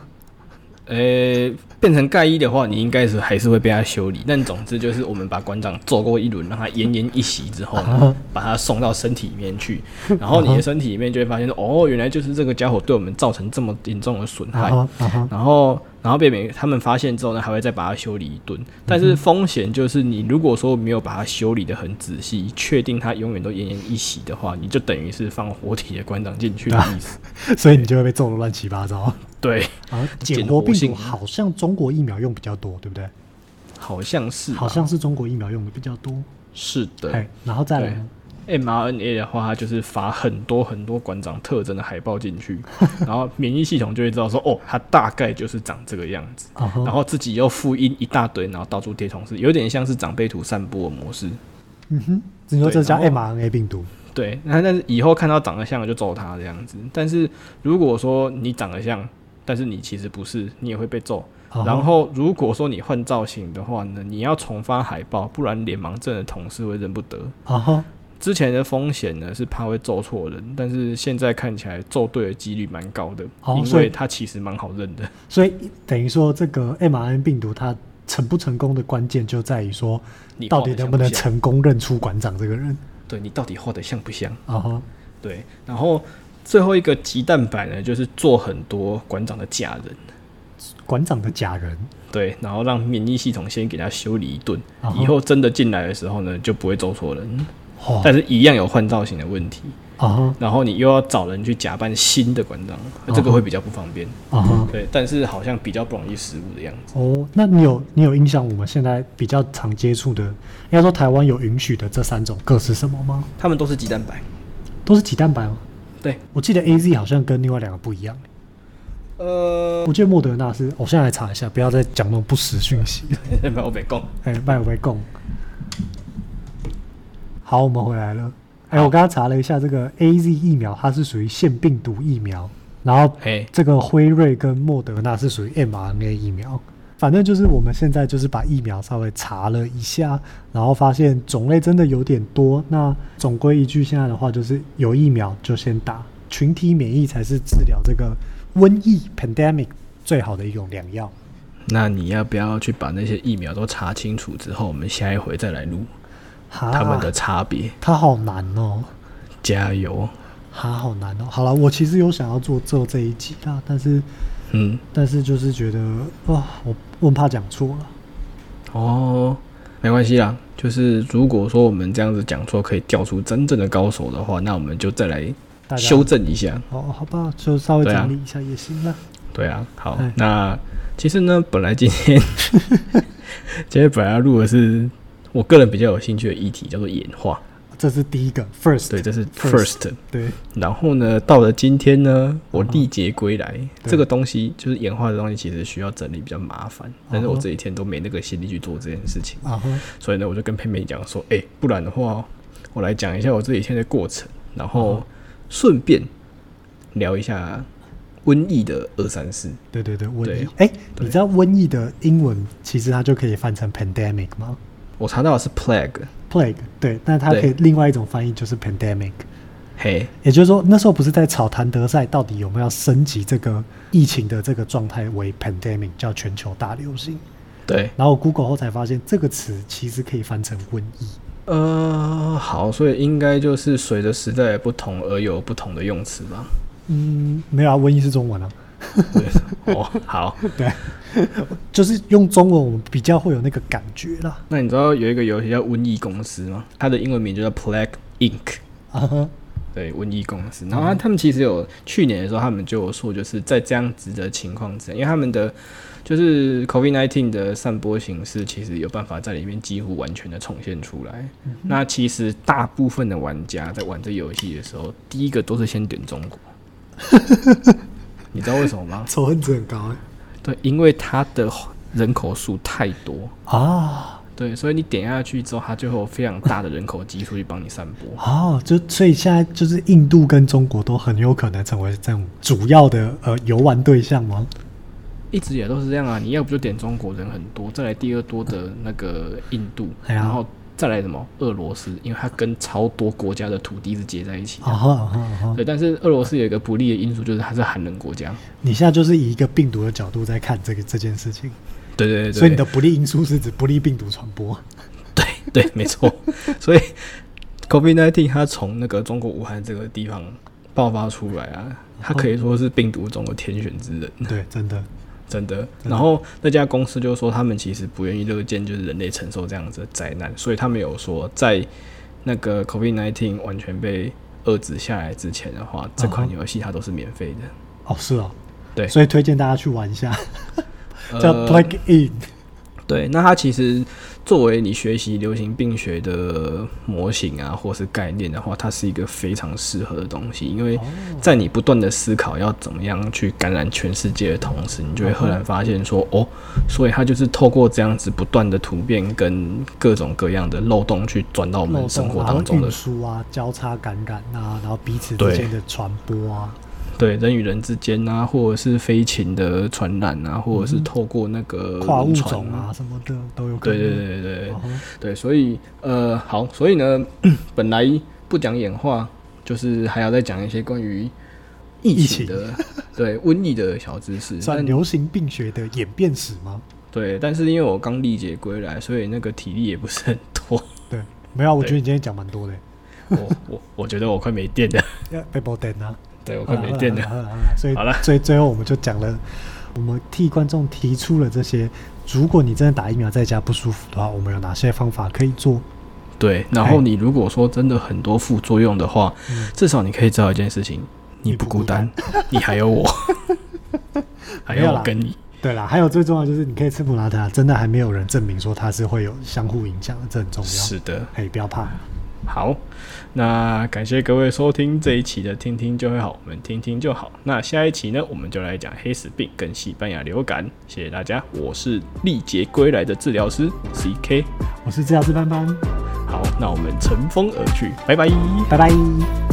Speaker 1: 呃、变成盖伊的话，你应该是还是会被他修理。但总之就是，我们把馆长揍过一轮，让他奄奄一息之后
Speaker 2: 啊
Speaker 1: 呢，把他送到身体里面去，然后你的身体里面就会发现说，哦，原来就是这个家伙对我们造成这么严重的损
Speaker 2: 啊
Speaker 1: 害。
Speaker 2: 哈啊哈，
Speaker 1: 然后，然后被美他们发现之后呢，还会再把它修理一顿。但是风险就是，你如果说没有把它修理的很仔细，确定它永远都奄奄一息的话，你就等于是放活体的馆长进去的意思。
Speaker 2: 所以你就会被揍得乱七八糟。
Speaker 1: 对，
Speaker 2: 啊，
Speaker 1: 减
Speaker 2: 减
Speaker 1: 活
Speaker 2: 活病
Speaker 1: 性
Speaker 2: 毒好像中国疫苗用比较多，对不对？
Speaker 1: 好像是吧，
Speaker 2: 好像是中国疫苗用的比较多。
Speaker 1: 是的。
Speaker 2: 哎，然后再来呢？
Speaker 1: mRNA 的话，它就是发很多很多馆长特征的海报进去，然后免疫系统就会知道说，哦，它大概就是长这个样子，
Speaker 2: 啊哈
Speaker 1: 然后自己又复印一大堆，然后到处贴同事，有点像是长辈图散播的模式。
Speaker 2: 嗯哼，你说这
Speaker 1: 对
Speaker 2: 叫
Speaker 1: 然
Speaker 2: mRNA 病毒？
Speaker 1: 对，那但是以后看到长得像的就揍他这样子。但是如果说你长得像，但是你其实不是，你也会被揍。
Speaker 2: 啊哈
Speaker 1: 然后如果说你换造型的话呢，你要重发海报，不然脸盲症的同事会认不得。
Speaker 2: 啊哈，
Speaker 1: 之前的风险呢是怕会揍错人，但是现在看起来揍对的几率蛮高的，
Speaker 2: 哦
Speaker 1: 因
Speaker 2: 所以
Speaker 1: 为它其实蛮好认的。
Speaker 2: 所以等于说这个 mRNA 病毒它成不成功的关键就在于说，
Speaker 1: 你画
Speaker 2: 到
Speaker 1: 得
Speaker 2: 底
Speaker 1: 像
Speaker 2: 能不能
Speaker 1: 像？
Speaker 2: 成功认出馆长这个人？
Speaker 1: 对你到底画的像不像？
Speaker 2: 啊哈，
Speaker 1: 对，然后最后一个鸡蛋白呢，就是做很多馆长的假人。
Speaker 2: 馆长的假人。
Speaker 1: 对，然后让免疫系统先给他修理一顿
Speaker 2: 啊哈
Speaker 1: 以后真的进来的时候呢，就不会走错人，
Speaker 2: 哦，
Speaker 1: 但是一样有换造型的问题。
Speaker 2: 啊哈，
Speaker 1: 然后你又要找人去假扮新的馆长，这个会比较不方便。
Speaker 2: 啊哈。
Speaker 1: 对，但是好像比较不容易失误的样子。
Speaker 2: 哦，那你有你有印象我们现在比较常接触的，应该说台湾有允许的这三种各是什么吗？
Speaker 1: 他们都是鸡蛋白。
Speaker 2: 都是鸡蛋白吗？
Speaker 1: 对，
Speaker 2: 我记得 A Z 好像跟另外两个不一样，
Speaker 1: 呃，
Speaker 2: 我记得莫德纳是，我现在来查一下，不要再讲那种不实讯息了。
Speaker 1: 没有被供。
Speaker 2: 哎，拜为供。好，我们回来了。哎，我刚刚查了一下，这个 A Z 疫苗它是属于腺病毒疫苗，然后
Speaker 1: 嘿，
Speaker 2: 这个辉瑞跟莫德纳是属于 mRNA 疫苗。反正就是我们现在就是把疫苗稍微查了一下，然后发现种类真的有点多。那总归一句，现在的话就是有疫苗就先打，群体免疫才是治疗这个瘟疫 pandemic 最好的一种良药。
Speaker 1: 那你要不要去把那些疫苗都查清楚之后，我们下一回再来录
Speaker 2: 哈
Speaker 1: 他们的差别？
Speaker 2: 它好难哦，
Speaker 1: 加油！
Speaker 2: 哈好难哦。好了，我其实有想要做做这一集啊，但是
Speaker 1: 嗯，
Speaker 2: 但是就是觉得哇，我我很怕讲错了。
Speaker 1: 哦，没关系啦。就是如果说我们这样子讲错，可以调出真正的高手的话，那我们就再来
Speaker 2: 大家
Speaker 1: 修正一下。
Speaker 2: 哦，好吧，就稍微
Speaker 1: 对啊
Speaker 2: 整理一下也行啦。
Speaker 1: 对啊，好
Speaker 2: 哎，
Speaker 1: 那其实呢，本来今天 今天本来要录的是我个人比较有兴趣的议题，叫做演化。
Speaker 2: 这是第一个 first，
Speaker 1: 对，这是
Speaker 2: First
Speaker 1: first。
Speaker 2: 对
Speaker 1: 然后呢，到了今天呢，我历劫归来，
Speaker 2: 对
Speaker 1: 这个东西就是演化的东西，其实需要整理比较麻烦。但是我
Speaker 2: 嗯哼
Speaker 1: 这几天都没那个心力去做这件事情，
Speaker 2: 啊哈，
Speaker 1: 所以呢，我就跟佩佩讲说，哎、不然的话，我来讲一下我这几天的过程，然后顺便聊一下瘟疫的二三四，
Speaker 2: 对对对，瘟疫
Speaker 1: 对。
Speaker 2: 哎，
Speaker 1: 对
Speaker 2: 你知道瘟疫的英文其实它就可以翻成 pandemic 吗
Speaker 1: 我查到的是 plague，
Speaker 2: ？plague，对，但它可以
Speaker 1: 对
Speaker 2: 另外一种翻译就是 pandemic。
Speaker 1: 嘿，
Speaker 2: 也就是说，那时候不是在吵谭德赛到底有没有升级这个疫情的这个状态为 pandemic，叫全球大流行。
Speaker 1: 对，
Speaker 2: 然后我 Google 后才发现，这个词其实可以翻成瘟疫。
Speaker 1: 呃，好，所以应该就是随着时代的不同而有不同的用词吧。
Speaker 2: 嗯，没有啊，瘟疫是中文啊。
Speaker 1: 对，哦，好。
Speaker 2: 对，就是用中文我们比较会有那个感觉啦。
Speaker 1: 那你知道有一个游戏叫瘟疫公司吗？它的英文名就叫 Plague Inc。
Speaker 2: 啊哈，
Speaker 1: 对，瘟疫公司。然后他他们其实有去年的时候，他们就有说，就是在这样子的情况之下，因为他们的就是 COVID-19 的散播形式，其实有办法在里面几乎完全的重现出来。那其实大部分的玩家在玩这游戏的时候，第一个都是先点中国。你知道为什么吗？
Speaker 2: 仇恨值很高、欸
Speaker 1: 对，因为它的人口数太多，
Speaker 2: 啊
Speaker 1: 对，所以你点下去之后，它就会有非常大的人口基数去帮你散播。
Speaker 2: 哦，就所以现在就是印度跟中国都很有可能成为这种主要的呃游玩对象吗？
Speaker 1: 一直也都是这样啊，你要不就点中国人很多，再来第二多的那个印度，
Speaker 2: 哎呀
Speaker 1: 然后再来什么俄罗斯，因为它跟超多国家的土地是结在一起的。
Speaker 2: 啊哈啊哈啊哈！
Speaker 1: 对，但是俄罗斯有一个不利的因素，就是它是寒冷国家。
Speaker 2: 你现在就是以一个病毒的角度在看这个这件事情，
Speaker 1: 对对对对，
Speaker 2: 所以你的不利因素是指不利病毒传播。
Speaker 1: 对 对没错， 所以 COVID-19 它从那个中国武汉这个地方爆发出来啊，它可以说是病毒中的天选之人。
Speaker 2: 对，真的
Speaker 1: 真的。然后那家公司就说，他们其实不愿意乐见就是人类承受这样子的灾难，所以他们有说，在那个 COVID-19 完全被遏制下来之前的话，这款游戏它都是免费的。
Speaker 2: 哦，是哦，
Speaker 1: 对
Speaker 2: 所以推荐大家去玩一下，叫
Speaker 1: 呃
Speaker 2: Plug In。
Speaker 1: 对，那它其实作为你学习流行病学的模型啊，或是概念的话，它是一个非常适合的东西，因为
Speaker 2: 嗯
Speaker 1: 在你不断的思考要怎么样去感染全世界的同时，你就会赫然发现说，哦，所以它就是透过这样子不断的突变跟各种各样的漏洞去钻到我
Speaker 2: 漏
Speaker 1: 们生
Speaker 2: 洞
Speaker 1: 活
Speaker 2: 啊，然后
Speaker 1: 当中的
Speaker 2: 运输啊，交叉感染啊，然后彼此之
Speaker 1: 对
Speaker 2: 间的传播啊，
Speaker 1: 对人与人之间啊，或者是飞禽的传染啊，或者是透过那个
Speaker 2: 跨物
Speaker 1: 轮船
Speaker 2: 种啊，什么的都有可
Speaker 1: 对
Speaker 2: 能。
Speaker 1: 对对对对对
Speaker 2: 嗯哼
Speaker 1: 对，所以呃，好，所以呢， 本来不讲演化，就是还要再讲一些关于疫情的对瘟疫的小知识。
Speaker 2: 算
Speaker 1: 但
Speaker 2: 流行病学的演变史吗？
Speaker 1: 对，但是因为我刚历劫归来，所以那个体力也不是很多。
Speaker 2: 对，没有啊，我
Speaker 1: 对
Speaker 2: 觉得你今天讲蛮多的，
Speaker 1: 我 我我觉得我快没电了，
Speaker 2: 要被爆电啊，
Speaker 1: 对我
Speaker 2: 好
Speaker 1: 快
Speaker 2: 啦
Speaker 1: 没电
Speaker 2: 好
Speaker 1: 了。
Speaker 2: 啦好啦好啦所以
Speaker 1: 好啦
Speaker 2: 最最后我们就讲了，我们替观众提出了这些，如果你真的打疫苗在家不舒服的话，我们有哪些方法可以做？
Speaker 1: 对，然后你如果说真的很多副作用的话，至少你可以知道一件事情，你
Speaker 2: 你
Speaker 1: 不
Speaker 2: 不孤
Speaker 1: 孤单，嗯 你还有我，还
Speaker 2: 没有
Speaker 1: 有我
Speaker 2: 啦
Speaker 1: 跟你。
Speaker 2: 对啦，还有最重要就是你可以吃普拉塔，真的还没有人证明说它是会有相互影响的，这很重要。
Speaker 1: 是的，
Speaker 2: 嘿，不要怕，
Speaker 1: 好，那感谢各位收听这一期的《听听就会好》，我们听听就好。那下一期呢，我们就来讲黑死病跟西班牙流感。谢谢大家，我是历劫归来的治疗师 CK。
Speaker 2: 我是治疗师班班，
Speaker 1: 好，那我们乘风而去，拜拜。
Speaker 2: 拜拜。